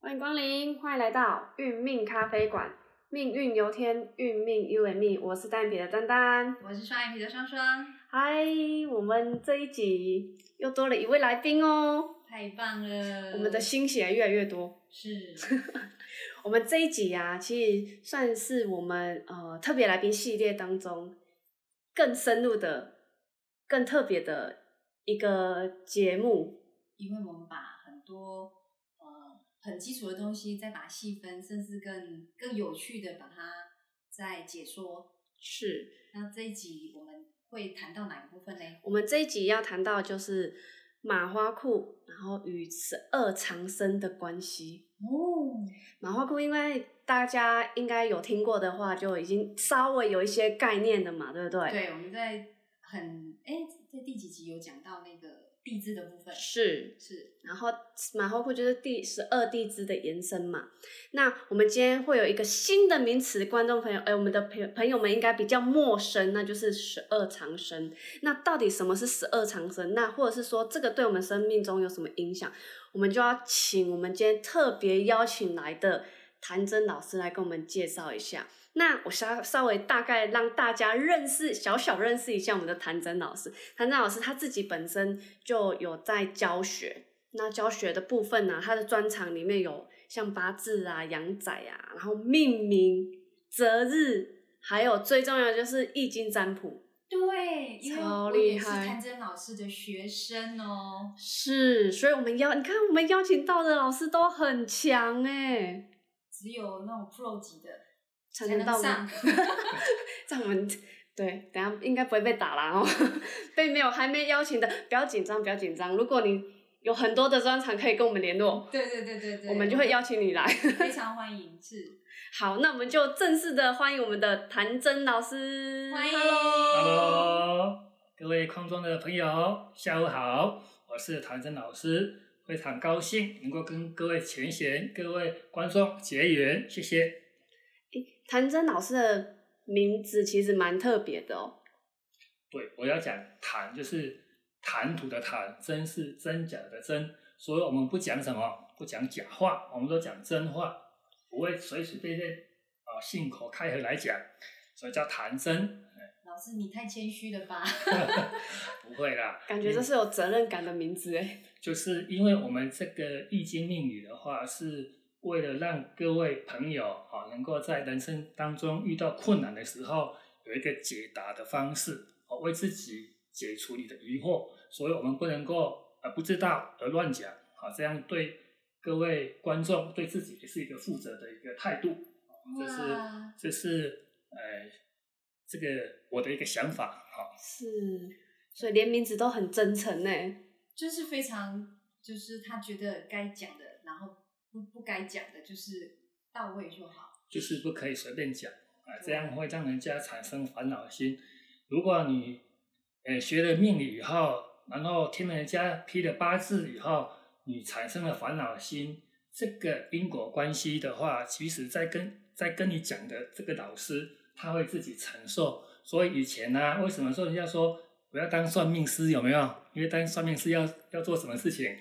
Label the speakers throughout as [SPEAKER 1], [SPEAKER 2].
[SPEAKER 1] 欢迎光临，欢迎来到运命咖啡馆，命运由天，运命由命。我是单眼皮的丹丹。
[SPEAKER 2] 我是双眼皮的双双，
[SPEAKER 1] 嗨，我们这一集又多了一位来宾哦，
[SPEAKER 2] 太棒了！
[SPEAKER 1] 我们的新血越来越多。
[SPEAKER 2] 是
[SPEAKER 1] 我们这一集啊，其实算是我们呃特别来宾系列当中更深入的、更特别的一个节目。
[SPEAKER 2] 因为我们把很多呃很基础的东西再把它细分，甚至更更有趣的把它再解说。
[SPEAKER 1] 是
[SPEAKER 2] 那这一集我们会谈到哪一部分呢？
[SPEAKER 1] 我们这一集要谈到就是马花裤，然后与十二长生的关系。
[SPEAKER 2] 哦，
[SPEAKER 1] 马花裤，因为大家应该有听过的话，就已经稍微有一些概念了嘛，对不对？
[SPEAKER 2] 对，我们在很哎在第几集有讲到那个地支的部分，
[SPEAKER 1] 是。
[SPEAKER 2] 是
[SPEAKER 1] 然后马花裤就是第十二地支的延伸嘛。那我们今天会有一个新的名词，观众朋友，哎，我们的朋友朋友们应该比较陌生，那就是十二长生。那到底什么是十二长生？那或者是说这个对我们生命中有什么影响？我们就要请我们今天特别邀请来的谭真老师来跟我们介绍一下。那我稍稍微大概让大家认识小小认识一下我们的谭真老师。谭真老师他自己本身就有在教学，那教学的部分呢、他的专长里面有像八字啊、阳宅啊，然后命名、择日，还有最重要的就是易经占卜。
[SPEAKER 2] 对，因为
[SPEAKER 1] 超
[SPEAKER 2] 我也
[SPEAKER 1] 厉
[SPEAKER 2] 是
[SPEAKER 1] 害
[SPEAKER 2] 谭真老师的学生哦。
[SPEAKER 1] 是，所以我们邀你看，我们邀请到的老师都很强哎、
[SPEAKER 2] 只有那种 pro 级的
[SPEAKER 1] 才能到我们
[SPEAKER 2] 上，
[SPEAKER 1] 在我们对，等下应该不会被打啦哦，被没有还没邀请的，不要紧张，不要紧张。如果你有很多的专场，可以跟我们联络，
[SPEAKER 2] 对对对对对，
[SPEAKER 1] 我们就会邀请你来。
[SPEAKER 2] 非常欢迎，是
[SPEAKER 1] 好，那我们就正式的欢迎我们的谭真老师，
[SPEAKER 2] 欢迎
[SPEAKER 1] Hello
[SPEAKER 3] Hello，各位空中的朋友，下午好，我是唐真老师，非常高兴能够跟各位前贤、各位观众结缘，谢谢。
[SPEAKER 1] 谭真老师的名字其实蛮特别的哦，
[SPEAKER 3] 对，我要讲谈就是谈吐的谈，真是真假的真，所以我们不讲什么，不讲假话，我们都讲真话，不会随随便便啊信口开河来讲，所以叫谈真，
[SPEAKER 2] 老师，你太谦虚了吧？
[SPEAKER 3] 不会啦，
[SPEAKER 1] 感觉这是有责任感的名字哎。
[SPEAKER 3] 就是因为我们这个易经命语的话，是为了让各位朋友啊，能够在人生当中遇到困难的时候，有一个解答的方式，哦，为自己解除你的疑惑。所以我们不能够呃不知道而乱讲，啊，这样对各位观众对自己也是一个负责的一个态度。 这是
[SPEAKER 2] 哇
[SPEAKER 3] 这是呃这个我的一个想法，哦 好、
[SPEAKER 1] 是，所以连名字都很真诚呢。哎
[SPEAKER 2] 就是非常，就是他觉得该讲的，然后不不该讲的，就是到位就好。
[SPEAKER 3] 就是不可以随便讲啊，
[SPEAKER 2] 对
[SPEAKER 3] 这样会让人家产生烦恼心。如果你呃学了命理以后，然后听了人家批了八字以后，你产生了烦恼心，这个因果关系的话，其实在跟在跟你讲的这个老师，他会自己承受。所以以前呢、为什么说人家说不要当算命师，有没有？因为当算命师要要做什么事情？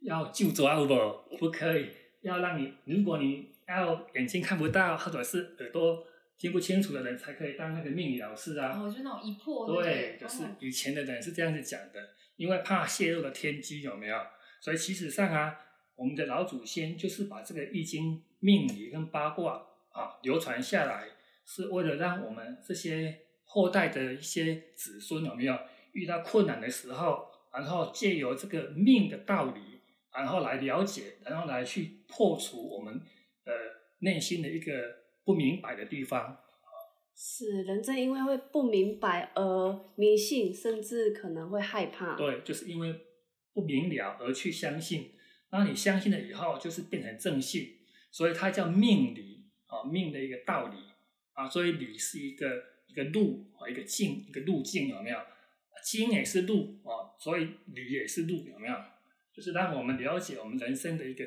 [SPEAKER 3] 要就抓我，不可以，要让你，如果你要眼睛看不到，或者是耳朵听不清楚的人，才可以当那个命理老师啊。
[SPEAKER 2] 然后就那种一破，
[SPEAKER 3] 对，
[SPEAKER 2] 不
[SPEAKER 3] 就是以前的人是这样子讲的，因为怕泄露了天机，有没有？所以其实上啊，我们的老祖先就是把这个易经、命理跟八卦啊流传下来，是为了让我们这些后代的一些子孙有没有遇到困难的时候，然后借由这个命的道理，然后来了解，然后来去破除我们呃内心的一个不明白的地方。
[SPEAKER 1] 是人正因为会不明白而迷信，甚至可能会害怕。，
[SPEAKER 3] 对，就是因为不明了而去相信，那你相信了以后，就是变成正信，所以它叫命理啊，命的一个道理啊，所以理是一个一个路啊，一个径，一个路径，有没有？经也是路啊，所以理也是路，有没有？就是让我们了解我们人生的一个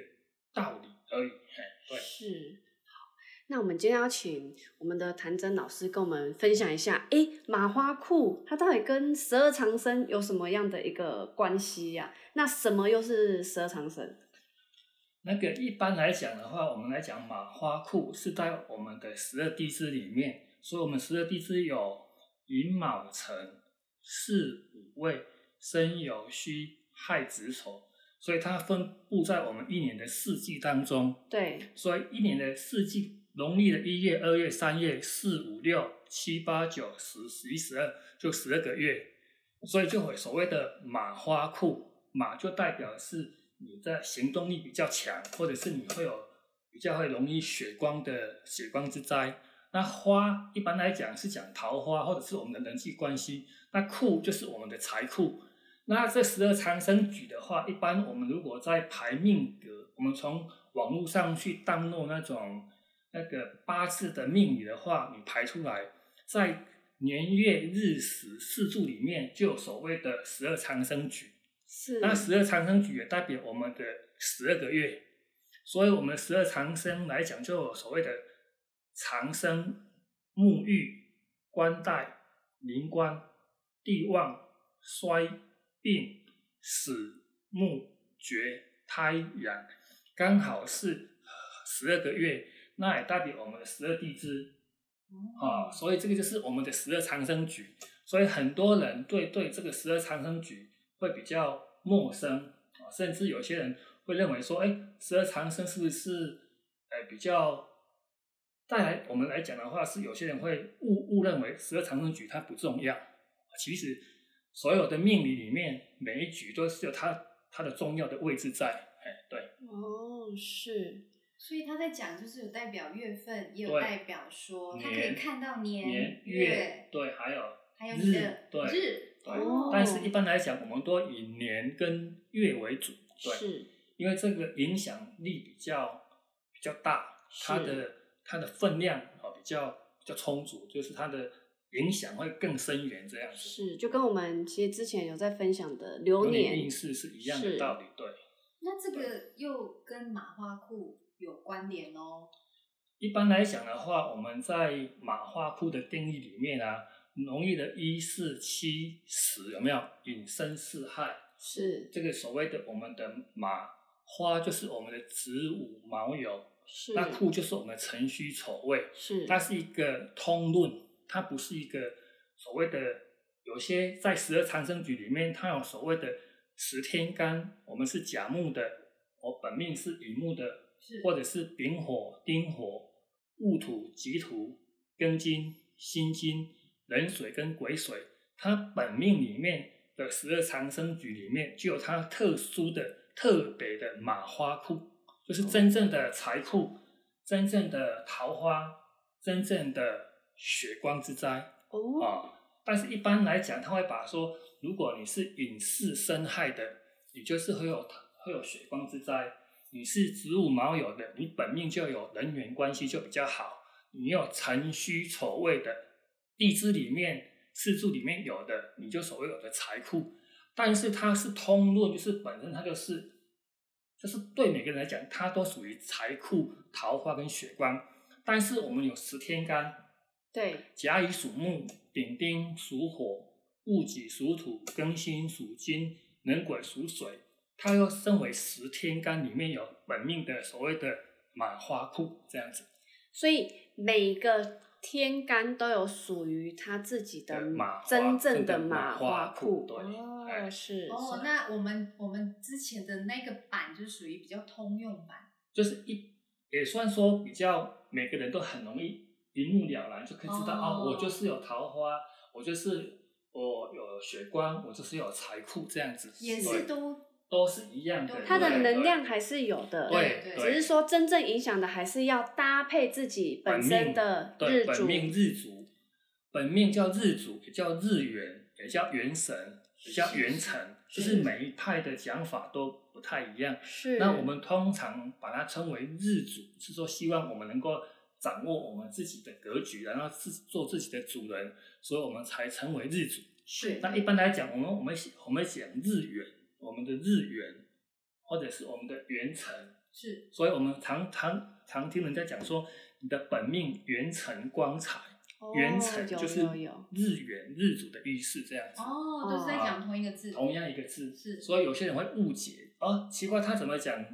[SPEAKER 3] 道理而已。嘿对，
[SPEAKER 1] 是。好，那我们今天要请我们的谭真老师跟我们分享一下，诶，马花裤它到底跟十二长生有什么样的一个关系呀、那什么又是十二长生？
[SPEAKER 3] 那个一般来讲的话，我们来讲马花库是在我们的十二地支里面，所以我们十二地支有寅卯辰、巳午未、申酉戌亥子丑，所以它分布在我们一年的四季当中。
[SPEAKER 1] 对，
[SPEAKER 3] 所以一年的四季，农历的一月、二月、三月、四五六、七八九十、十一、十二，就十二个月，所以就会所谓的马花库。马就代表是你在行动力比较强，或者是你会有比较会容易血光的血光之灾。那花一般来讲是讲桃花，或者是我们的人际关系。那库就是我们的财库。那这十二长生局的话，一般我们如果在排命格，我们从网络上去当弄那种那个八字的命理的话，你排出来，在年月日时四柱里面就有所谓的十二长生局。
[SPEAKER 1] 是。
[SPEAKER 3] 那十二长生局也代表我们的十二个月，所以我们十二长生来讲，就有所谓的长生、沐浴、冠带、灵官、地旺、衰、病、死、木、绝、胎、然，刚好是十二个月，那也代表我们的十二地支啊、所以这个就是我们的十二长生局。所以很多人对对这个十二长生局会比较陌生啊，甚至有些人会认为说，哎，十二长生是不是呃比较？带来我们来讲的话，是有些人会误误认为十二长生局它不重要。其实所有的命理里面，每一局都是有它它的重要的位置在。哎，对，
[SPEAKER 1] 哦，是
[SPEAKER 2] 所以他在讲，就是有代表月份，也有
[SPEAKER 3] 对
[SPEAKER 2] 代表说，他可以
[SPEAKER 3] 年
[SPEAKER 2] 看到
[SPEAKER 3] 年
[SPEAKER 2] 月，
[SPEAKER 3] 对，还有
[SPEAKER 2] 还有你的
[SPEAKER 3] 日对
[SPEAKER 2] 日，
[SPEAKER 3] 对
[SPEAKER 1] 哦
[SPEAKER 3] 但是一般来讲，我们都以年跟月为主，对，
[SPEAKER 1] 是
[SPEAKER 3] 因为这个影响力比较比较大，
[SPEAKER 1] 是
[SPEAKER 3] 它的它的分量哦比较比较充足，就是它的影响会更深远这样子。
[SPEAKER 1] 是，就跟我们其实之前有在分享的流
[SPEAKER 3] 有
[SPEAKER 1] 年
[SPEAKER 3] 运势是一样的
[SPEAKER 1] 是
[SPEAKER 3] 道理，对。
[SPEAKER 2] 那这个又跟马花库有关联哦。
[SPEAKER 3] 一般来讲的话，我们在马化库的定义里面啊，农历的一四七十有没有引申四害？
[SPEAKER 1] 是
[SPEAKER 3] 这个所谓的我们的马花就是我们的子午卯酉，
[SPEAKER 1] 是
[SPEAKER 3] 那库就是我们的辰戌丑未，
[SPEAKER 1] 是
[SPEAKER 3] 它是一个通论，它不是一个所谓的有些在十二长生局里面，它有所谓的十天干，我们是甲木的，我本命是乙木的，
[SPEAKER 2] 是
[SPEAKER 3] 或者是丙火、丁火、戊土、己土、庚金、辛金、壬水跟癸水，它本命里面的十二长生局里面就有它特殊的、特别的马花库，就是真正的财库、真正的桃花、真正的血光之灾啊、
[SPEAKER 1] 哦，
[SPEAKER 3] 但是一般来讲，他会把说，如果你是隐士生害的，你就是会有会有血光之灾；你是子午卯酉的，你本命就有人缘关系就比较好；你有辰戌丑未的地支里面四柱里面有的，你就所谓有的财库。但是它是通论，就是本身它就是，就是对每个人来讲，它都属于财库、桃花跟血光。但是我们有十天干，
[SPEAKER 1] 对，
[SPEAKER 3] 甲乙属木，丙丁属火，戊己属土，庚辛属金，壬癸属水。它又身为十天干里面有本命的所谓的马花库这样子
[SPEAKER 1] 所以每个天干都有属于他自己的
[SPEAKER 3] 的马花
[SPEAKER 1] 真正
[SPEAKER 3] 的
[SPEAKER 1] 的马
[SPEAKER 3] 花
[SPEAKER 1] 库，
[SPEAKER 3] 对，哎
[SPEAKER 1] 哦，是
[SPEAKER 2] 哦，
[SPEAKER 1] 是
[SPEAKER 2] 那我们我们之前的那个版就属于比较通用版，
[SPEAKER 3] 就是一也算说比较每个人都很容易一目了然，就可以知道
[SPEAKER 2] 哦
[SPEAKER 3] 哦我就是有桃花，我就是我有血光，我就是有财库这样子，
[SPEAKER 2] 也
[SPEAKER 3] 对
[SPEAKER 2] 是都
[SPEAKER 3] 都是一样的，
[SPEAKER 1] 它的
[SPEAKER 3] 对
[SPEAKER 1] 能量
[SPEAKER 3] 对
[SPEAKER 1] 还是有的，
[SPEAKER 3] 对
[SPEAKER 2] 对
[SPEAKER 3] 对，
[SPEAKER 1] 只是说真正影响的还是要搭配自己本身的
[SPEAKER 3] 对，
[SPEAKER 1] 日
[SPEAKER 3] 本
[SPEAKER 1] 主，
[SPEAKER 3] 命日主，本命叫日主，也叫日元，也叫元神，也叫元辰，
[SPEAKER 1] 是
[SPEAKER 3] 就是是每一派的讲法都不太一样。
[SPEAKER 1] 是
[SPEAKER 3] 那我们通常把它称为日主，是说希望我们能够掌握我们自己的格局，然后自做自己的主人，所以我们才称为日主。
[SPEAKER 2] 是
[SPEAKER 3] 那一般来讲，我们我们我们讲日元，我们的日元，或者是我们的元辰，
[SPEAKER 2] 是
[SPEAKER 3] 所以我们常常常听人家讲说，你的本命元辰光彩，
[SPEAKER 1] 哦
[SPEAKER 3] 元辰
[SPEAKER 1] 有
[SPEAKER 3] 就是
[SPEAKER 1] 有有
[SPEAKER 3] 日元日主的意思，这样子，
[SPEAKER 2] 哦，都是在讲同一个字，
[SPEAKER 3] 同样一个字，
[SPEAKER 2] 是
[SPEAKER 3] 哦所以有些人会误解啊、奇怪他怎么讲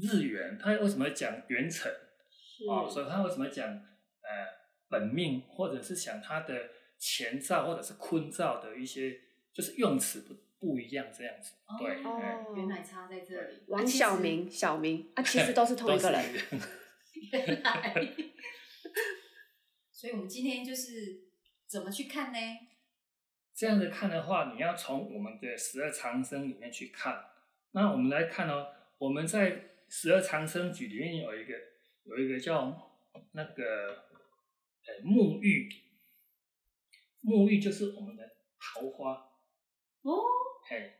[SPEAKER 3] 日元，他为什么讲元辰？
[SPEAKER 1] 是
[SPEAKER 3] 哦，所以他为什么讲呃本命，或者是讲他的乾兆或者是坤兆的一些，就是用词不不一样这样子。对，
[SPEAKER 2] 哦
[SPEAKER 3] 哎
[SPEAKER 2] 原来啊差在这里。
[SPEAKER 1] 王小明、小 明啊，其实都是同一个人。
[SPEAKER 3] 都是
[SPEAKER 2] 原来， 所以我们今天就是怎么去看呢？
[SPEAKER 3] 这样子看的话，你要从我们的十二长生里面去看。那我们来看哦，我们在十二长生局里面有一个有一个叫那个呃沐浴，沐浴就是我们的桃花，
[SPEAKER 2] 哦，
[SPEAKER 3] 哎，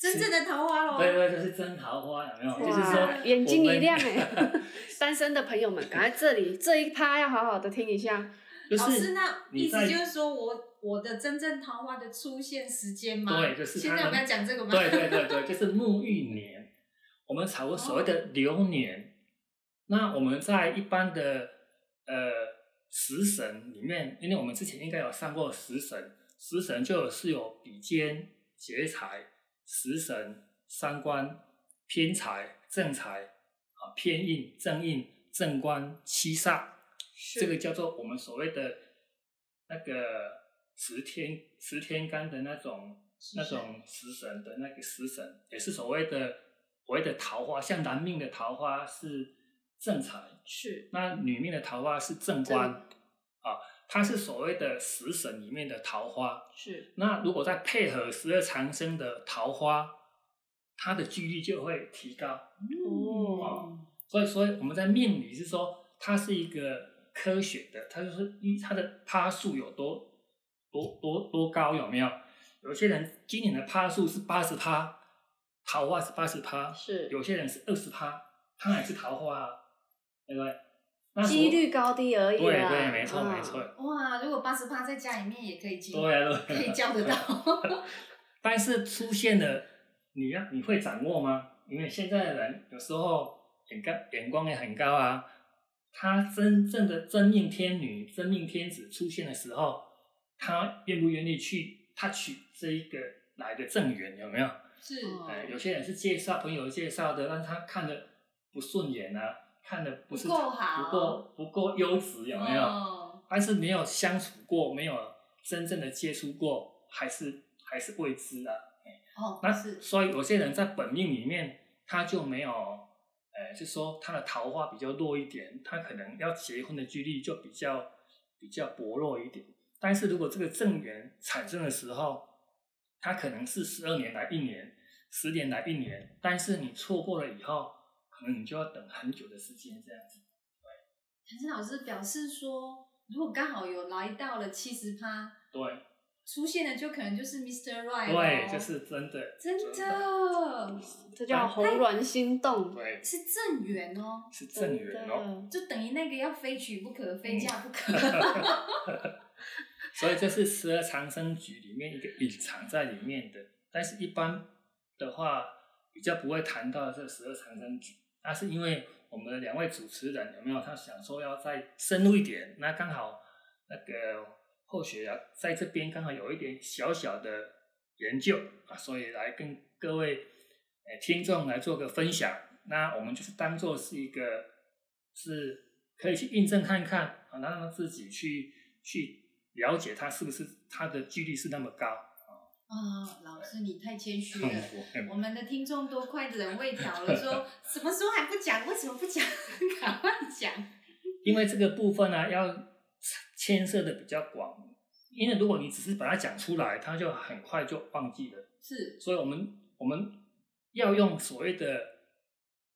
[SPEAKER 2] 真正的桃花喽。
[SPEAKER 3] 对对，就是真桃花，有没有？
[SPEAKER 2] 哇
[SPEAKER 3] 就是说
[SPEAKER 1] 眼睛一亮
[SPEAKER 3] 我
[SPEAKER 1] 哎
[SPEAKER 3] 们！
[SPEAKER 1] 单身的朋友们，赶快这里这一趴要好好的听一下。
[SPEAKER 3] 就
[SPEAKER 2] 老师，
[SPEAKER 3] 是
[SPEAKER 2] 那
[SPEAKER 3] 你
[SPEAKER 2] 意
[SPEAKER 3] 在
[SPEAKER 2] 思就是说我我的真正桃花的出现时间吗？
[SPEAKER 3] 对，就是
[SPEAKER 2] 现
[SPEAKER 3] 他
[SPEAKER 2] 在我
[SPEAKER 3] 们
[SPEAKER 2] 们要讲这个吗？
[SPEAKER 3] 对对对对，就是沐浴年，我们
[SPEAKER 2] 哦
[SPEAKER 3] 所谓所谓的流年。那我们在一般的呃食神里面，因为我们之前应该有上过食神，食神就是有比肩、劫财、食神、三官、偏财、正财啊、偏印、正印、正官、七煞，这个叫做我们所谓的那个十天十天干的那种
[SPEAKER 2] 食
[SPEAKER 3] 那
[SPEAKER 2] 神
[SPEAKER 3] 种食神的那个食神，也是所谓的所谓的桃花，像男命的桃花是正财，
[SPEAKER 1] 是
[SPEAKER 3] 那女命的桃花是正官啊，它是所谓的食神里面的桃花。
[SPEAKER 1] 是，
[SPEAKER 3] 那如果再配合十二长生的桃花，它的几率就会提高。
[SPEAKER 2] 嗯哦，
[SPEAKER 3] 所以，所以我们在命理是说，它是一个科学的，它就是一它的趴数有多多多多高，有没有？有些人今年的趴数是八十趴，桃花是八十趴，
[SPEAKER 1] 是
[SPEAKER 3] 有些人是二十趴，他也是桃花啊，对不对？那所
[SPEAKER 1] 几率高低而已
[SPEAKER 3] 对
[SPEAKER 1] 啦
[SPEAKER 3] 对，没错、
[SPEAKER 1] 啊
[SPEAKER 3] 没错，
[SPEAKER 2] 哇，如果八十趴在家里面也可以进，
[SPEAKER 3] 对啊对啊
[SPEAKER 2] 可以叫得到。
[SPEAKER 3] 但是出现了，你要你会掌握吗？因为现在的人有时候眼高眼光也很高啊。他真正的真命天女、真命天子出现的时候，他愿不愿意去 touch 这一个来的正缘有没有？
[SPEAKER 2] 是
[SPEAKER 1] 哦
[SPEAKER 3] 哎，有些人是介绍朋友介绍的，让他看的不顺眼啊，看的不是
[SPEAKER 2] 不够好
[SPEAKER 3] 不够不够优质有没有？
[SPEAKER 2] 哦
[SPEAKER 3] 但是没有相处过，没有真正的接触过，还是还是未知啊。
[SPEAKER 2] 哦，
[SPEAKER 3] 那
[SPEAKER 2] 是
[SPEAKER 3] 所以有些人在本命里面，他就没有，呃，就说他的桃花比较弱一点，他可能要结婚的几率就比较比较薄弱一点。但是如果这个正缘产生的时候，他可能是十二年来一年，十年来一年，但是你错过了以后，可能你就要等很久的时间这样子。
[SPEAKER 2] 谭森老师表示说，如果刚好有来到了七十趴
[SPEAKER 3] 对
[SPEAKER 2] 出现的，就可能就是 Mr. Right
[SPEAKER 3] 对，
[SPEAKER 2] 咯
[SPEAKER 3] 就是真的，
[SPEAKER 2] 真的
[SPEAKER 1] 这叫
[SPEAKER 2] 哎
[SPEAKER 1] 红鸾心动，
[SPEAKER 3] 啊对，
[SPEAKER 2] 是正缘哦，
[SPEAKER 3] 是正缘哦。
[SPEAKER 2] 就等于那个要非娶不可，非嫁不可。
[SPEAKER 3] 嗯所以这是十二长生局里面一个隐藏在里面的，但是一般的话比较不会谈到这十二长生局。那是因为我们的两位主持人有没有他想说要再深入一点？那刚好那个后学啊，在这边刚好有一点小小的研究啊，所以来跟各位呃听众来做个分享。那我们就是当做是一个是可以去印证看看啊，让他自己去去了解它是不是它的几率是那么高。
[SPEAKER 2] 啊，老师你太谦虚了。
[SPEAKER 3] 嗯
[SPEAKER 2] 我们的听众都快人未调了，说 什么时候还不讲？为什么不讲？赶快讲！
[SPEAKER 3] 因为这个部分呢、要牵涉的比较广。因为如果你只是把它讲出来，它就很快就忘记了。
[SPEAKER 2] 是
[SPEAKER 3] 所以我们我们要用所谓的，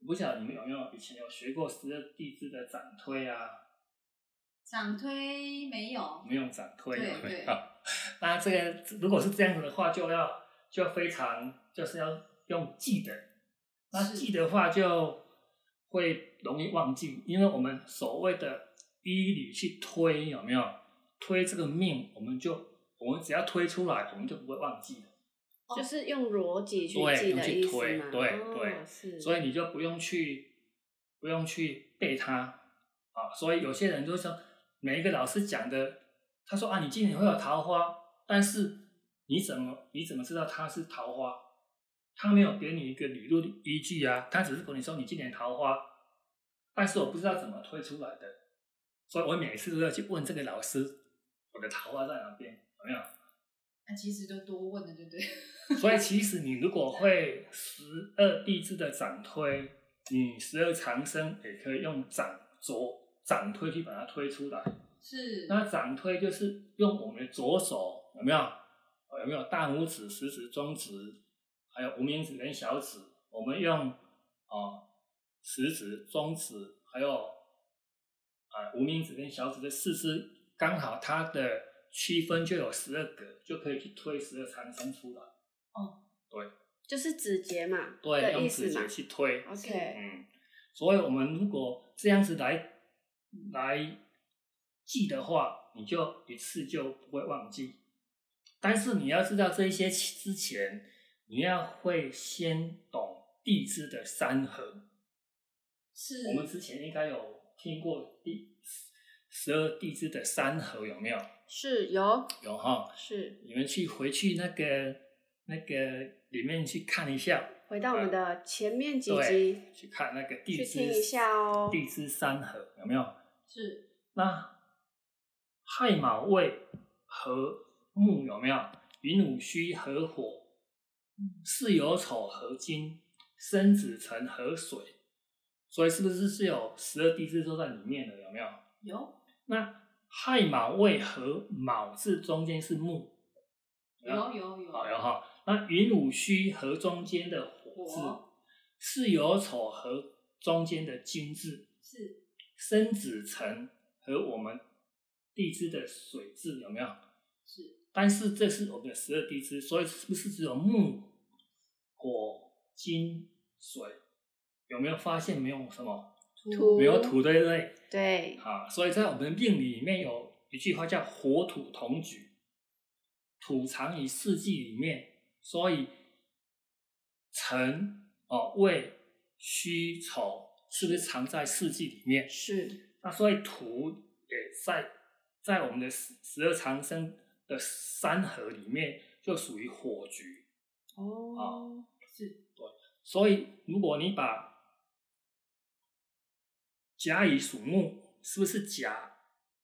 [SPEAKER 3] 我不晓得你们有没有以前有学过十二地支的掌推啊，
[SPEAKER 2] 掌推没有
[SPEAKER 3] 我，们用掌推
[SPEAKER 2] 对
[SPEAKER 3] 有没
[SPEAKER 2] 对？
[SPEAKER 3] 有 那这个如果是这样子的话，就要就要非常就是要用记的，那
[SPEAKER 2] 是
[SPEAKER 3] 记的话就会容易忘记，因为我们所谓的依理去推有没有推这个命，我们就我们只要推出来，我们就不会忘记了。
[SPEAKER 1] 就是用逻辑去
[SPEAKER 3] 对
[SPEAKER 1] 记
[SPEAKER 3] 用
[SPEAKER 1] 的
[SPEAKER 3] 去
[SPEAKER 1] 意思
[SPEAKER 3] 推
[SPEAKER 1] 嘛。
[SPEAKER 3] 对
[SPEAKER 1] 哦
[SPEAKER 3] 对
[SPEAKER 1] 是，
[SPEAKER 3] 所以你就不用去不用去背它啊。所以有些人就说，每一个老师讲的，他说啊，你今年会有桃花，但是你怎么你怎么知道它是桃花？他没有给你一个理论依据啊，他只是跟你说你今年桃花，但是我不知道怎么推出来的，所以我每次都要去问这个老师，我的桃花在哪边，有没有？
[SPEAKER 2] 那其实都多问了，对不对？
[SPEAKER 3] 所以其实你如果会十二地支的掌推，你十二长生也可以用掌左掌推去把它推出来。
[SPEAKER 2] 是，
[SPEAKER 3] 那掌推就是用我们的左手，有没有？呃有没有大拇指、食指、中指，还有无名指跟小指？我们用哦食指、中指，还有啊、无名指跟小指的四肢，刚好它的区分就有十二格，就可以去推十二长生出来。
[SPEAKER 1] 就是指节嘛
[SPEAKER 3] 对，
[SPEAKER 1] 的
[SPEAKER 3] 用
[SPEAKER 1] 意
[SPEAKER 3] 指
[SPEAKER 1] 思
[SPEAKER 3] 节
[SPEAKER 1] 嘛。
[SPEAKER 3] 去推。
[SPEAKER 1] OK，
[SPEAKER 3] 嗯，所以我们如果这样子来来记的话，你就一次就不会忘记。但是你要知道这一些之前，你要会先懂地支的三合。
[SPEAKER 2] 是，
[SPEAKER 3] 我们之前应该有听过地十二地支的三合有没有？
[SPEAKER 1] 是有
[SPEAKER 3] 有哈，
[SPEAKER 1] 是
[SPEAKER 3] 你们去回去那个那个里面去看一下。
[SPEAKER 1] 回到我们的前面几集
[SPEAKER 3] 对，，去看那个地
[SPEAKER 1] 去
[SPEAKER 3] 支
[SPEAKER 1] 听一下哦
[SPEAKER 3] 地支三合有没有？
[SPEAKER 2] 是
[SPEAKER 3] 那亥卯未合木有没有？寅午戌合火，
[SPEAKER 1] 嗯
[SPEAKER 3] 巳酉丑合金，申子辰合水，所以是不是是有十二地支都在里面的？有没有？
[SPEAKER 2] 有
[SPEAKER 3] 那亥卯未合卯字中间是木，
[SPEAKER 2] 有
[SPEAKER 3] 嗯
[SPEAKER 2] 有有有
[SPEAKER 3] 好，然后那寅午戌和中间的火
[SPEAKER 2] 火
[SPEAKER 3] 字，巳酉丑和中间的金字，
[SPEAKER 2] 是
[SPEAKER 3] 申子辰和我们地支的水字有没有？
[SPEAKER 2] 是
[SPEAKER 3] 但是这是我们的十二地支，所以是不是只有木、火、金、水？有没有发现没有什么
[SPEAKER 1] 土
[SPEAKER 3] 没有土对不对？
[SPEAKER 1] 对，
[SPEAKER 3] 啊，所以在我们命理里面有一句话叫“火土同局”，土藏于四季里面，所以辰哦未戌丑是不是藏在四季里面？
[SPEAKER 1] 是
[SPEAKER 3] 那所以土也在在我们的十十二长生的三合里面就属于火局。
[SPEAKER 1] 哦，
[SPEAKER 2] 是
[SPEAKER 3] 所以，如果你把甲乙属木，是不是甲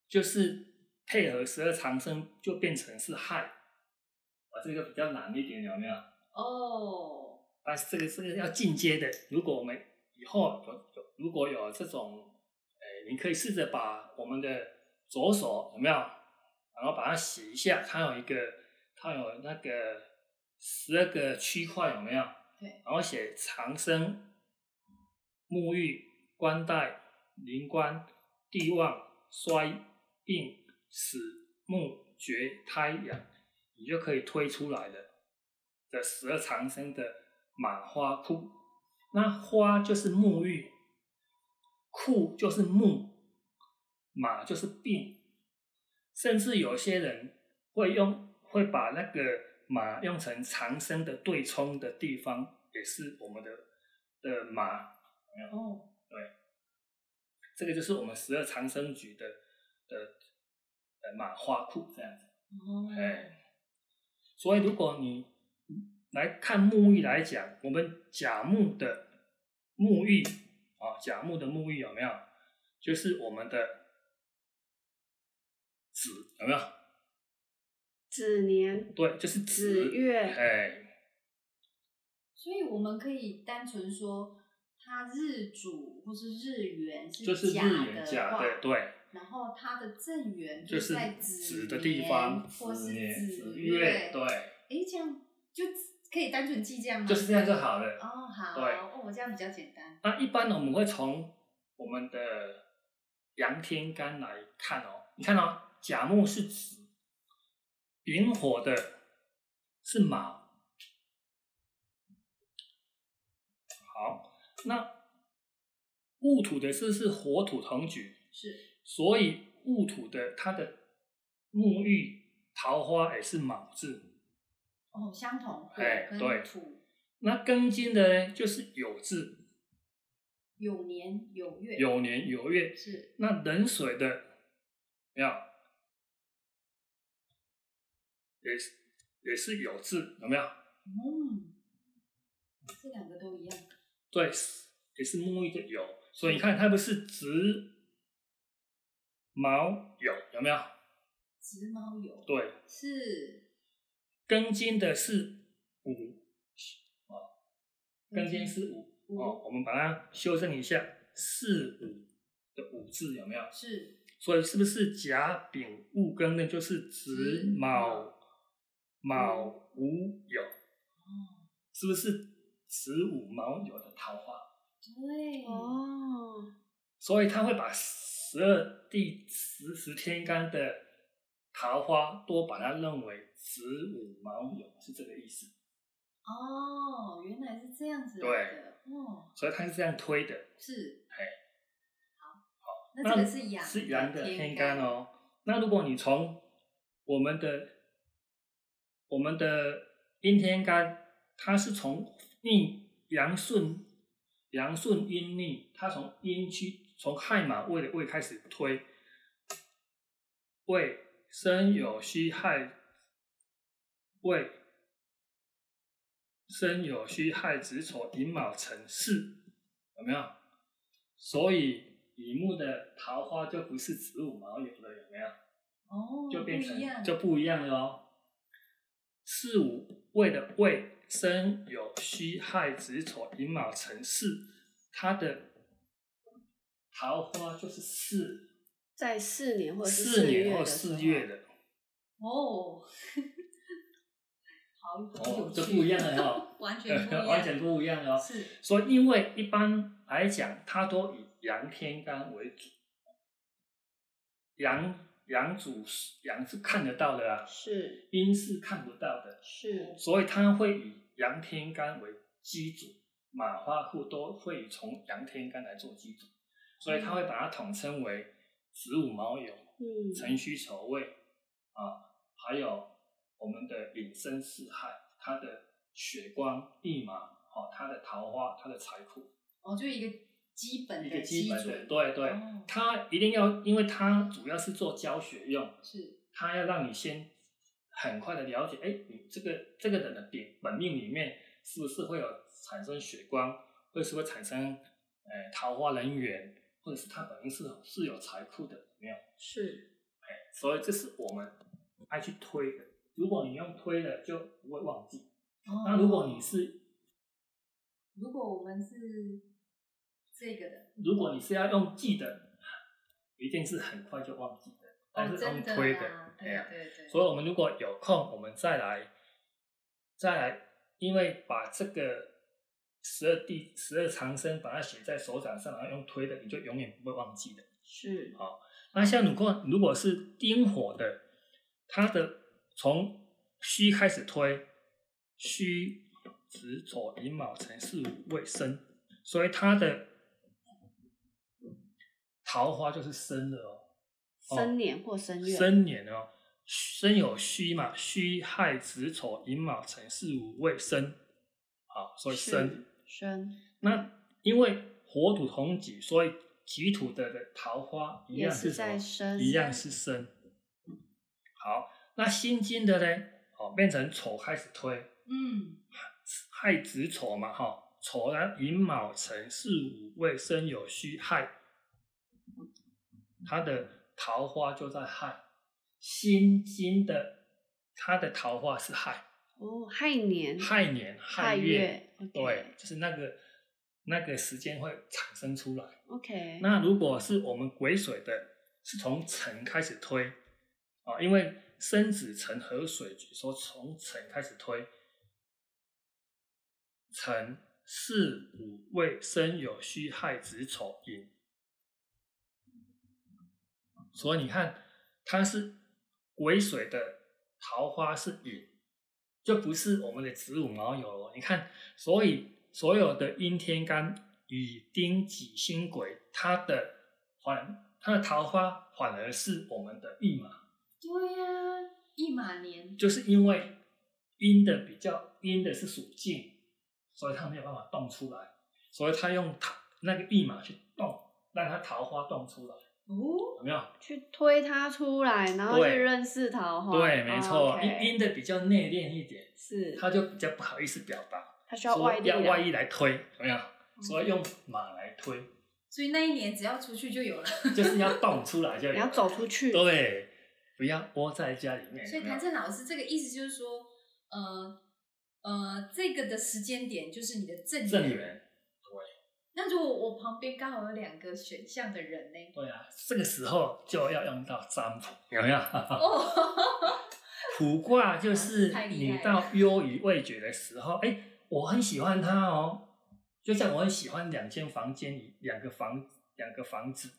[SPEAKER 3] 就是配合十二长生，就变成是亥？啊，这个比较难一点，有没有？
[SPEAKER 2] 哦，
[SPEAKER 3] 但是这个这个要进阶的。如果我们以后有有如果有这种，哎、你可以试着把我们的左手有没有，然后把它写一下，它有一个它有那个十二个区块有没有？
[SPEAKER 2] 对，
[SPEAKER 3] 然后写长生、沐浴、冠带、灵官、地旺、衰、病、死、木、绝、胎、养，你就可以推出来的的十二长生的马花库。那花就是沐浴，库就是木，马就是病，甚至有些人会用会把那个马用成长生的对冲的地方，也是我们的的马
[SPEAKER 2] 哦，
[SPEAKER 3] 这个就是我们十二长生局的的呃马花库这样子。
[SPEAKER 2] 哦，
[SPEAKER 1] 嗯
[SPEAKER 3] 哎，所以如果你来看沐浴来讲，我们甲木的沐浴啊，甲木的沐浴有没有？就是我们的子有没有？
[SPEAKER 1] 子年
[SPEAKER 3] 对，就是子
[SPEAKER 1] 子月
[SPEAKER 3] 哎，
[SPEAKER 2] 所以我们可以单纯说，它日主或是日元是
[SPEAKER 3] 就是
[SPEAKER 2] 甲
[SPEAKER 3] 日元甲
[SPEAKER 2] 话，
[SPEAKER 3] 的对。
[SPEAKER 2] 然后它的正缘
[SPEAKER 3] 就是
[SPEAKER 2] 在
[SPEAKER 3] 子
[SPEAKER 2] 年
[SPEAKER 3] 的地方，
[SPEAKER 2] 或是
[SPEAKER 3] 子年
[SPEAKER 2] 子
[SPEAKER 3] 月，
[SPEAKER 2] 对，
[SPEAKER 3] 对，
[SPEAKER 2] 哎，这样就可以单纯记这样吗？
[SPEAKER 3] 就是这样就好了。
[SPEAKER 2] 嗯哦，好，
[SPEAKER 3] 对
[SPEAKER 2] 哦，我这样比较简单。
[SPEAKER 3] 那一般呢，我们会从我们的阳天干来看哦。你看哦，甲木是子，丙火的是卯。好，那戊土的是是火土同局，
[SPEAKER 2] 是
[SPEAKER 3] 所以戊土的它的沐浴桃花也是卯字。
[SPEAKER 2] 哦，相同，
[SPEAKER 3] 哎
[SPEAKER 2] 火
[SPEAKER 3] 对
[SPEAKER 2] 跟土
[SPEAKER 3] 那庚金的呢，就是酉字，
[SPEAKER 2] 有年有月
[SPEAKER 3] 酉年酉月
[SPEAKER 2] 是
[SPEAKER 3] 那冷水的，没有，也是也是有字，有没有？
[SPEAKER 2] 嗯这两个都一样。
[SPEAKER 3] 对，也是沐浴的有，所以你看它不是直毛有有没有？
[SPEAKER 2] 直毛油
[SPEAKER 3] 对，
[SPEAKER 2] 是
[SPEAKER 3] 庚金的是五，庚金是五
[SPEAKER 2] 五
[SPEAKER 3] 哦，我们把它修正一下，四五的五字有没有？
[SPEAKER 2] 是
[SPEAKER 3] 所以是不是甲丙戊庚呢？就是子
[SPEAKER 2] 子
[SPEAKER 3] 卯卯午酉，
[SPEAKER 2] 哦，
[SPEAKER 3] 是不是子午卯酉的桃花？嗯
[SPEAKER 2] 对
[SPEAKER 1] 哦，
[SPEAKER 3] 所以他会把十二地十十天干的桃花都把它认为子午卯酉，是这个意思。
[SPEAKER 2] 哦，原来是这样子来的，哦，
[SPEAKER 3] 所以他是这样推的。
[SPEAKER 2] 是，
[SPEAKER 3] 嘿
[SPEAKER 2] 好，那这个是阳
[SPEAKER 3] 是阳的天
[SPEAKER 2] 天
[SPEAKER 3] 干，哦。那如果你从我们的我们的阴天干，它是从逆阳顺阳顺阴逆，它从阴去从亥马未的未开始推，未申酉戌亥未申酉戌亥子丑寅卯辰巳，有没有？所以乙木的桃花就不是子午卯酉了，有没有？
[SPEAKER 2] 哦，
[SPEAKER 3] 就变
[SPEAKER 2] 不一样
[SPEAKER 3] 成就不一样了哦。四五未的未生有戌亥子丑寅卯辰巳，它的桃花就是四
[SPEAKER 1] 在四年或者是
[SPEAKER 3] 四
[SPEAKER 1] 月
[SPEAKER 3] 年
[SPEAKER 1] 的
[SPEAKER 3] 或
[SPEAKER 1] 时候
[SPEAKER 3] 四月的
[SPEAKER 2] 哦， 好，好有
[SPEAKER 3] 哦，
[SPEAKER 2] 趣
[SPEAKER 3] 就不一样了哦，
[SPEAKER 2] 完全不一样，
[SPEAKER 3] 完全不一样了哦。
[SPEAKER 2] 是
[SPEAKER 3] 所以，因为一般来讲，它都以阳天干为主，阳阳主阳是看得到的啊，
[SPEAKER 1] 是
[SPEAKER 3] 阴是看不到的，
[SPEAKER 1] 是
[SPEAKER 3] 所以它会以阳天干为基础，马化户都会从阳天干来做基础，所以它会把它统称为子午卯酉、
[SPEAKER 1] 嗯
[SPEAKER 3] 辰戌丑未啊，还有我们的寅申巳亥，它的血光一马哦，它的桃花，它的财库。
[SPEAKER 2] 哦，就一个基本
[SPEAKER 3] 一
[SPEAKER 2] 的
[SPEAKER 3] 个基本
[SPEAKER 2] 础
[SPEAKER 3] 的，，对对
[SPEAKER 2] 哦，
[SPEAKER 3] 它一定要，因为它主要是做教学用，
[SPEAKER 2] 是
[SPEAKER 3] 它要让你先很快的了解，哎，你这个这个人的本本命里面是不是会有产生血光，或者是会产生呃桃花人缘，或者是他本身是是有财库的，有没有？
[SPEAKER 1] 是
[SPEAKER 3] 所以这是我们爱去推的。如果你用推的，就不会忘记。
[SPEAKER 2] 哦
[SPEAKER 3] 那如果你是
[SPEAKER 2] 如果我们是这个的，
[SPEAKER 3] 如果你是要用记的，一定是很快就忘记的，但
[SPEAKER 2] 哦，
[SPEAKER 3] 是用
[SPEAKER 2] 真的
[SPEAKER 3] 推
[SPEAKER 2] 啦
[SPEAKER 3] 哎
[SPEAKER 2] 对
[SPEAKER 3] 呀、
[SPEAKER 2] 对对，
[SPEAKER 3] 所以我们如果有空，我们再来，再来，因为把这个十二地十二长生把它写在手掌上，然后用推的，你就永远不会忘记的。
[SPEAKER 1] 是
[SPEAKER 3] 那像如果如果是丁火的，它的从戌开始推，戌子丑寅卯辰巳午未申，所以它的桃花就是生的哦，
[SPEAKER 1] 生年或生月
[SPEAKER 3] 生年哦，生有戌嘛，戌亥子丑寅卯辰巳午未申，好，所以生
[SPEAKER 1] 是生
[SPEAKER 3] 那因为火土同己，所以己土的的桃花一
[SPEAKER 1] 也
[SPEAKER 3] 样
[SPEAKER 1] 是
[SPEAKER 3] 什么
[SPEAKER 1] 在？生
[SPEAKER 3] 一样是生。好，那辛金的呢？哦，变成丑开始推，
[SPEAKER 2] 嗯，
[SPEAKER 3] 亥子丑嘛，哈、丑呢寅卯辰巳午未申酉戌亥，他的桃花就在亥。辛金的，他的桃花是亥，
[SPEAKER 1] 哦亥年
[SPEAKER 3] 亥年亥
[SPEAKER 1] 亥
[SPEAKER 3] 月，
[SPEAKER 1] 月 OK
[SPEAKER 3] 对，就是那个那个时间会产生出来。
[SPEAKER 1] OK
[SPEAKER 3] 那如果是我们癸水的，是从辰开始推啊，因为生子辰合水局，说从辰开始推，辰巳午未申酉戌亥子丑寅，所以你看它是癸水的桃花是寅，就不是我们的子午卯酉了。你看，所以所有的阴天干与丁己辛癸，它的反它的桃花反而是我们的驿马，
[SPEAKER 2] 对呀、一马年
[SPEAKER 3] 就是因为阴的比较阴的是属静，所以它没有办法动出来，所以它用桃那个驿马去动，让它桃花动出来，
[SPEAKER 2] 哦，
[SPEAKER 3] 有没有？
[SPEAKER 1] 去推他出来，然后去
[SPEAKER 3] 对
[SPEAKER 1] 认识桃花，
[SPEAKER 3] 对，没错，
[SPEAKER 1] 哦
[SPEAKER 3] 阴
[SPEAKER 1] ，OK
[SPEAKER 3] 阴的比较内敛一点，
[SPEAKER 1] 是
[SPEAKER 3] 他就比较不好意思表达，
[SPEAKER 4] 它需要
[SPEAKER 3] 说
[SPEAKER 4] 外力
[SPEAKER 1] 啊
[SPEAKER 3] 要
[SPEAKER 4] 来
[SPEAKER 3] 外力来推，有没有？
[SPEAKER 1] 嗯
[SPEAKER 3] 说用马来推，
[SPEAKER 2] 所以那一年只要出去就有了。
[SPEAKER 3] 就是要动出来就有。
[SPEAKER 4] 你要走出去，
[SPEAKER 3] 对，不要窝在家里面。
[SPEAKER 2] 所以
[SPEAKER 3] 哎有没
[SPEAKER 2] 谭
[SPEAKER 3] 有
[SPEAKER 2] 正老师这个意思就是说，呃呃，这个的时间点就是你的正
[SPEAKER 3] 正缘，
[SPEAKER 2] 那如果我旁边刚好有两个选项的人呢？
[SPEAKER 3] 对啊，这个时候就要用到占卜，有没 有？
[SPEAKER 2] 哦，
[SPEAKER 3] 卜卦就是
[SPEAKER 2] 啊太厉害
[SPEAKER 3] 你
[SPEAKER 2] 了
[SPEAKER 3] 到优于味觉的时候，哎、我很喜欢它哦。就像我很喜欢两间房间里两个房两个房子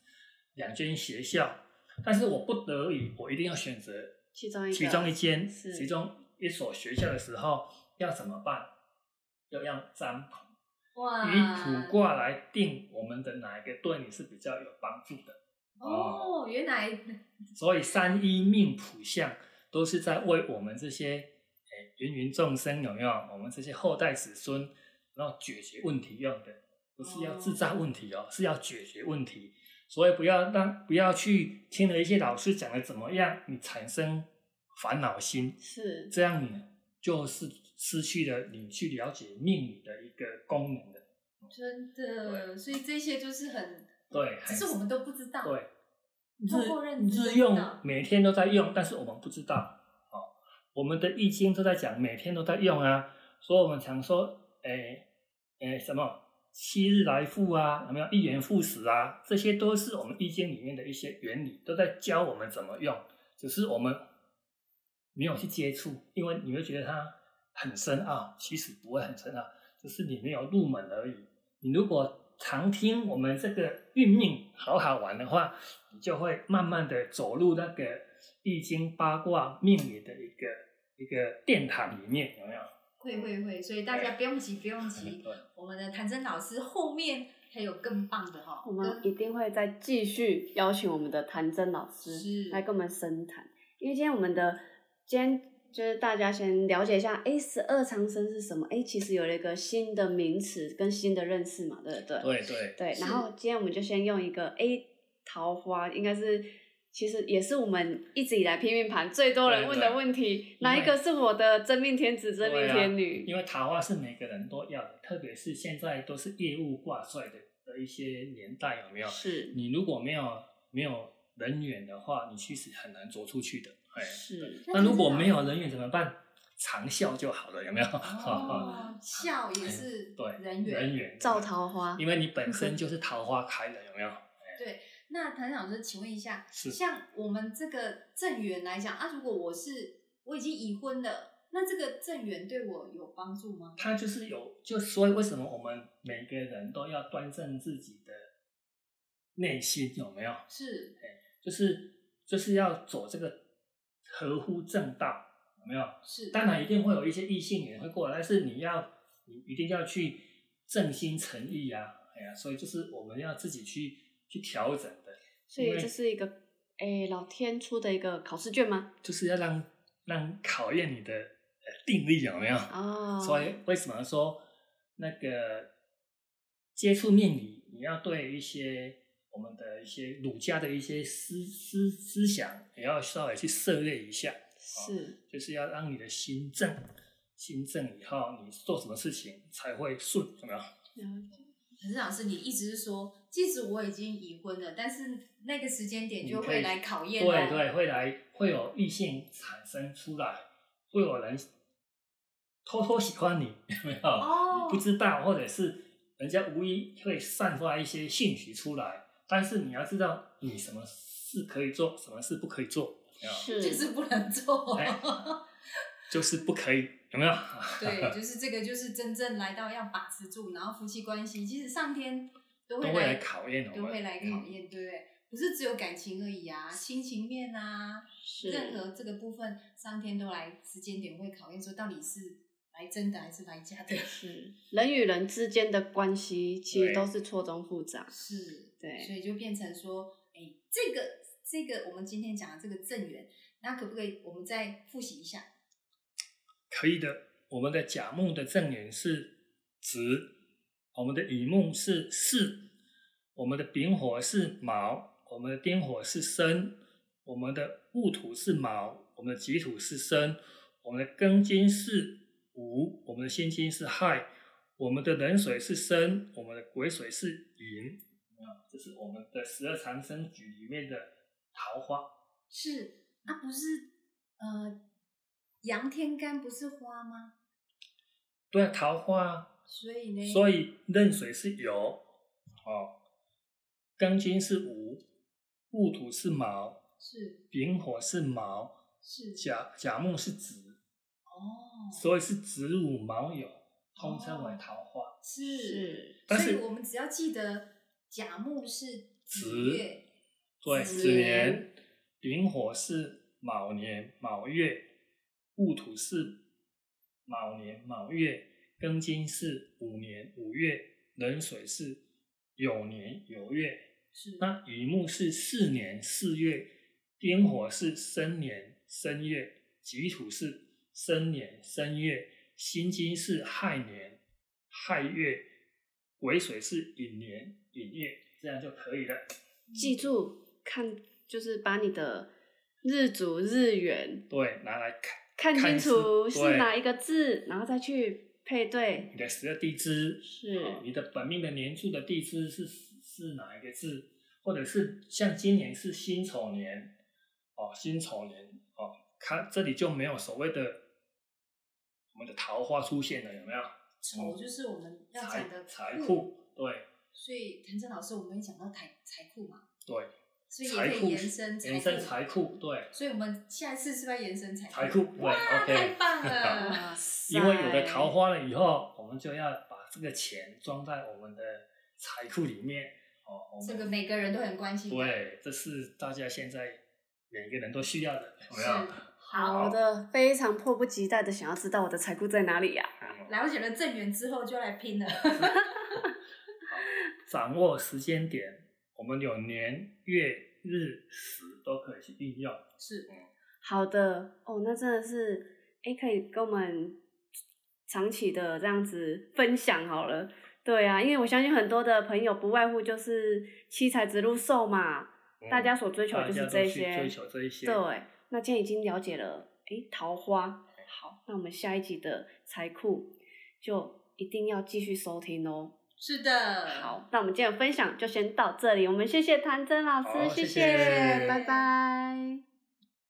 [SPEAKER 3] 两间学校，但是我不得已，我一定要选择
[SPEAKER 1] 其中一个
[SPEAKER 3] 其中一间
[SPEAKER 1] 是
[SPEAKER 3] 其中一所学校的时候，要怎么办？要用占卜，
[SPEAKER 2] 哇，
[SPEAKER 3] 以卜卦来定我们的哪一个对你是比较有帮助的。
[SPEAKER 2] 哦，原来
[SPEAKER 3] 所以三一命谱相都是在为我们这些诶芸芸众生有没有？我们这些后代子孙，然后解决问题用的，不是要制造问题哦，是要解决问题。所以不要让不要去听了一些老师讲的怎么样，你产生烦恼心，
[SPEAKER 1] 是
[SPEAKER 3] 这样你就是失去了你去了解命理的一个功能的。
[SPEAKER 2] 真的，所以这些就是很
[SPEAKER 3] 对，
[SPEAKER 2] 只是我们都不知道。
[SPEAKER 3] 对，
[SPEAKER 2] 透过认知都
[SPEAKER 3] 日
[SPEAKER 2] 知
[SPEAKER 3] 用
[SPEAKER 2] 道
[SPEAKER 3] 每天都在用，但是我们不知道哦。我们的易经都在讲，每天都在用啊，所以我们常说，诶诶什么七日来复啊，有没有一元复始啊？这些都是我们易经里面的一些原理，都在教我们怎么用，只是我们没有去接触，因为你会觉得它很深奥，其实不会很深奥，只是你没有入门而已。你如果常听我们这个运命好好玩的话，你就会慢慢的走入那个易经八卦命理的一个一个殿堂里面，有没有？
[SPEAKER 2] 会会会，所以大家不用急，不用急。
[SPEAKER 3] 对
[SPEAKER 2] 我们的谭真老师后面还有更棒的哈、
[SPEAKER 1] 我
[SPEAKER 2] 哦，
[SPEAKER 1] 们一定会再继续邀请我们的谭真老师
[SPEAKER 2] 是
[SPEAKER 1] 来跟我们深谈，因为今天我们的今天就是大家先了解一下，哎，十二长生是什么？哎，其实有了一个新的名词跟新的认识嘛，对不对？
[SPEAKER 3] 对对，
[SPEAKER 1] 对，然
[SPEAKER 2] 是
[SPEAKER 1] 后今天我们就先用一个 A 桃花，应该是其实也是我们一直以来拼命盘最多人
[SPEAKER 3] 对
[SPEAKER 1] 问
[SPEAKER 3] 对
[SPEAKER 1] 的问题，
[SPEAKER 3] 因为
[SPEAKER 1] 哪一个是我的真命天子、真
[SPEAKER 3] 对
[SPEAKER 1] 命
[SPEAKER 3] 啊
[SPEAKER 1] 天女？
[SPEAKER 3] 因为桃花是每个人都要的，特别是现在都是业务挂帅的的一些年代，有没有？
[SPEAKER 1] 是
[SPEAKER 3] 你如果没有没有人缘的话，你其实很难走出去的。哎，
[SPEAKER 1] 是，
[SPEAKER 3] 那如果没有人缘怎么办？长笑就好了，有没有？
[SPEAKER 2] 哦，笑也是
[SPEAKER 3] 对，
[SPEAKER 2] 人缘。
[SPEAKER 3] 人缘
[SPEAKER 1] 造桃花
[SPEAKER 3] 因为你本身就是桃花开的，有没有？
[SPEAKER 2] 那谭老师，请问一下，
[SPEAKER 3] 是
[SPEAKER 2] 像我们这个正缘来讲啊，如果我是我已经已婚了，那这个正缘对我有帮助吗？
[SPEAKER 3] 它就是有，就所以为什么我们每个人都要端正自己的内心，有没有？
[SPEAKER 2] 是
[SPEAKER 3] 就是就是要走这个合乎正道，有没有？
[SPEAKER 2] 是，
[SPEAKER 3] 当然一定会有一些异性缘会过来，但是你要你一定要去正心诚意啊，哎呀，所以就是我们要自己去去调整的，
[SPEAKER 1] 所以
[SPEAKER 3] 因为
[SPEAKER 1] 这是一个哎老天出的一个考试卷吗？
[SPEAKER 3] 就是要让让考验你的呃定力有没有？
[SPEAKER 1] 哦，
[SPEAKER 3] 啊所以为什么说那个接触命理，你要对一些我们的一些儒家的一些思思思想，也要稍微去涉猎一下，
[SPEAKER 1] 是
[SPEAKER 3] 就是要让你的心正，心正以后，你做什么事情才会顺，怎么样？
[SPEAKER 1] 了解
[SPEAKER 2] 谭老师，你一直是说，即使我已经已婚了，但是那个时间点就
[SPEAKER 3] 你可以
[SPEAKER 2] 会来考验
[SPEAKER 3] 对
[SPEAKER 2] 哦。
[SPEAKER 3] 对，会来会有异性产生出来，会有人偷偷喜欢你，有没有？
[SPEAKER 2] 哦
[SPEAKER 3] 你不知道，或者是人家无意会散发一些讯息出来，但是你要知道你什么事可以做，什么事不可以做，有没有？
[SPEAKER 1] 是
[SPEAKER 2] 就是不能做。
[SPEAKER 3] 哎就是不可以，有没有？
[SPEAKER 2] 对，就是这个，就是真正来到要把持住，然后夫妻关系，其实上天都
[SPEAKER 3] 都
[SPEAKER 2] 会
[SPEAKER 3] 会
[SPEAKER 2] 来
[SPEAKER 3] 来考验我们嗯
[SPEAKER 2] 都会来考验，对不对？不是只有感情而已啊，亲情面啊，
[SPEAKER 1] 是
[SPEAKER 2] 任何这个部分，上天都来时间点会考验，说到底是来真的还是来假的？
[SPEAKER 1] 是人与人之间的关系其实
[SPEAKER 3] 对
[SPEAKER 1] 都是错综复杂，
[SPEAKER 2] 是，
[SPEAKER 1] 对
[SPEAKER 2] 所以就变成说，哎、这个这个我们今天讲的这个正缘，那可不可以我们再复习一下？
[SPEAKER 3] 可以的。我们的甲木的正缘是子，我们的乙木是巳，我们的丙火是卯，我们的丁火是申，我们的戊土是卯，我们的己土是申，我们的庚金是午，我们的辛金是亥，我们的人水是生，我们的癸水是寅，啊，这是我们的十二长生局里面的桃花。
[SPEAKER 2] 是，那、不是呃，阳天干不是花吗？
[SPEAKER 3] 对啊，桃花，
[SPEAKER 2] 所以呢，
[SPEAKER 3] 所以壬水是酉，哦，庚金是午，戊土是卯，
[SPEAKER 2] 是
[SPEAKER 3] 丙火是卯，
[SPEAKER 2] 是
[SPEAKER 3] 甲甲木是子，
[SPEAKER 2] 哦，
[SPEAKER 3] 所以是子午卯酉，通称为桃花。
[SPEAKER 2] 是，
[SPEAKER 3] 但
[SPEAKER 2] 所以
[SPEAKER 3] 是
[SPEAKER 2] 我们只要记得甲木是
[SPEAKER 3] 子
[SPEAKER 2] 月，
[SPEAKER 3] 对，
[SPEAKER 2] 子
[SPEAKER 3] 子
[SPEAKER 2] 年
[SPEAKER 3] 年，丙火是卯年卯月，戊土是卯年卯月，庚金是午年午月，壬水是酉年酉月。
[SPEAKER 2] 是
[SPEAKER 3] 那乙木是四年四月，丁火是申年申月，己土是申年申月，辛金是亥年亥月，癸水是寅年寅月，这样就可以了。嗯
[SPEAKER 1] 记住看，就是把你的日主日元
[SPEAKER 3] 对，拿来看
[SPEAKER 1] 看清
[SPEAKER 3] 看是
[SPEAKER 1] 楚是
[SPEAKER 3] 对
[SPEAKER 1] 哪一个字，然后再去配对。
[SPEAKER 3] 你的十二地支
[SPEAKER 1] 是
[SPEAKER 3] 好哦你的本命的年柱的地支是是哪一个字，或者是像今年是辛丑年，哦，辛丑年，哦，看这里就没有所谓的我们的桃花出现了，有没有？
[SPEAKER 2] 丑就是我们要
[SPEAKER 3] 哦财
[SPEAKER 2] 讲的
[SPEAKER 3] 财库，对
[SPEAKER 2] 所以谭正老师，我们也讲到财财库嘛，
[SPEAKER 3] 对，
[SPEAKER 2] 所以也
[SPEAKER 3] 财
[SPEAKER 2] 可
[SPEAKER 3] 库
[SPEAKER 2] 以延伸
[SPEAKER 3] 延伸财库， 对
[SPEAKER 2] 所以我们下一次是不是要延伸财
[SPEAKER 3] 财库，对
[SPEAKER 2] 哇，太
[SPEAKER 3] ，OK。
[SPEAKER 2] 棒 了！
[SPEAKER 1] 塞
[SPEAKER 3] 因为有了桃花了以后，我们就要把这个钱装在我们的财库里面，哦，我们
[SPEAKER 2] 这个每个人都很关心。，
[SPEAKER 3] 对，这是大家现在每个人都需要的，有没有？
[SPEAKER 2] 是
[SPEAKER 1] 好的，非常迫不及待的想要知道我的财库在哪里呀、
[SPEAKER 2] 了解了正缘之后就来拼了。
[SPEAKER 3] 掌握时间点，我们有年、月、日、时都可以去运用。
[SPEAKER 2] 是，
[SPEAKER 1] 好的，哦，那真的是，哎，可以跟我们长期的这样子分享好了。对啊，因为我相信很多的朋友不外乎就是七财之路寿嘛，大家所追求的
[SPEAKER 3] 嗯
[SPEAKER 1] 就
[SPEAKER 3] 大家
[SPEAKER 1] 是
[SPEAKER 3] 都
[SPEAKER 1] 这
[SPEAKER 3] 去
[SPEAKER 1] 些。
[SPEAKER 3] 追求这一些。
[SPEAKER 1] 对，那今天已经了解了，诶，桃花。好，那我们下一集的财库就一定要继续收听哦。
[SPEAKER 2] 是的。，
[SPEAKER 1] 好，那我们今天的分享就先到这里，我们谢谢谭真老
[SPEAKER 3] 好
[SPEAKER 1] 师，谢
[SPEAKER 3] 谢谢
[SPEAKER 1] 拜拜。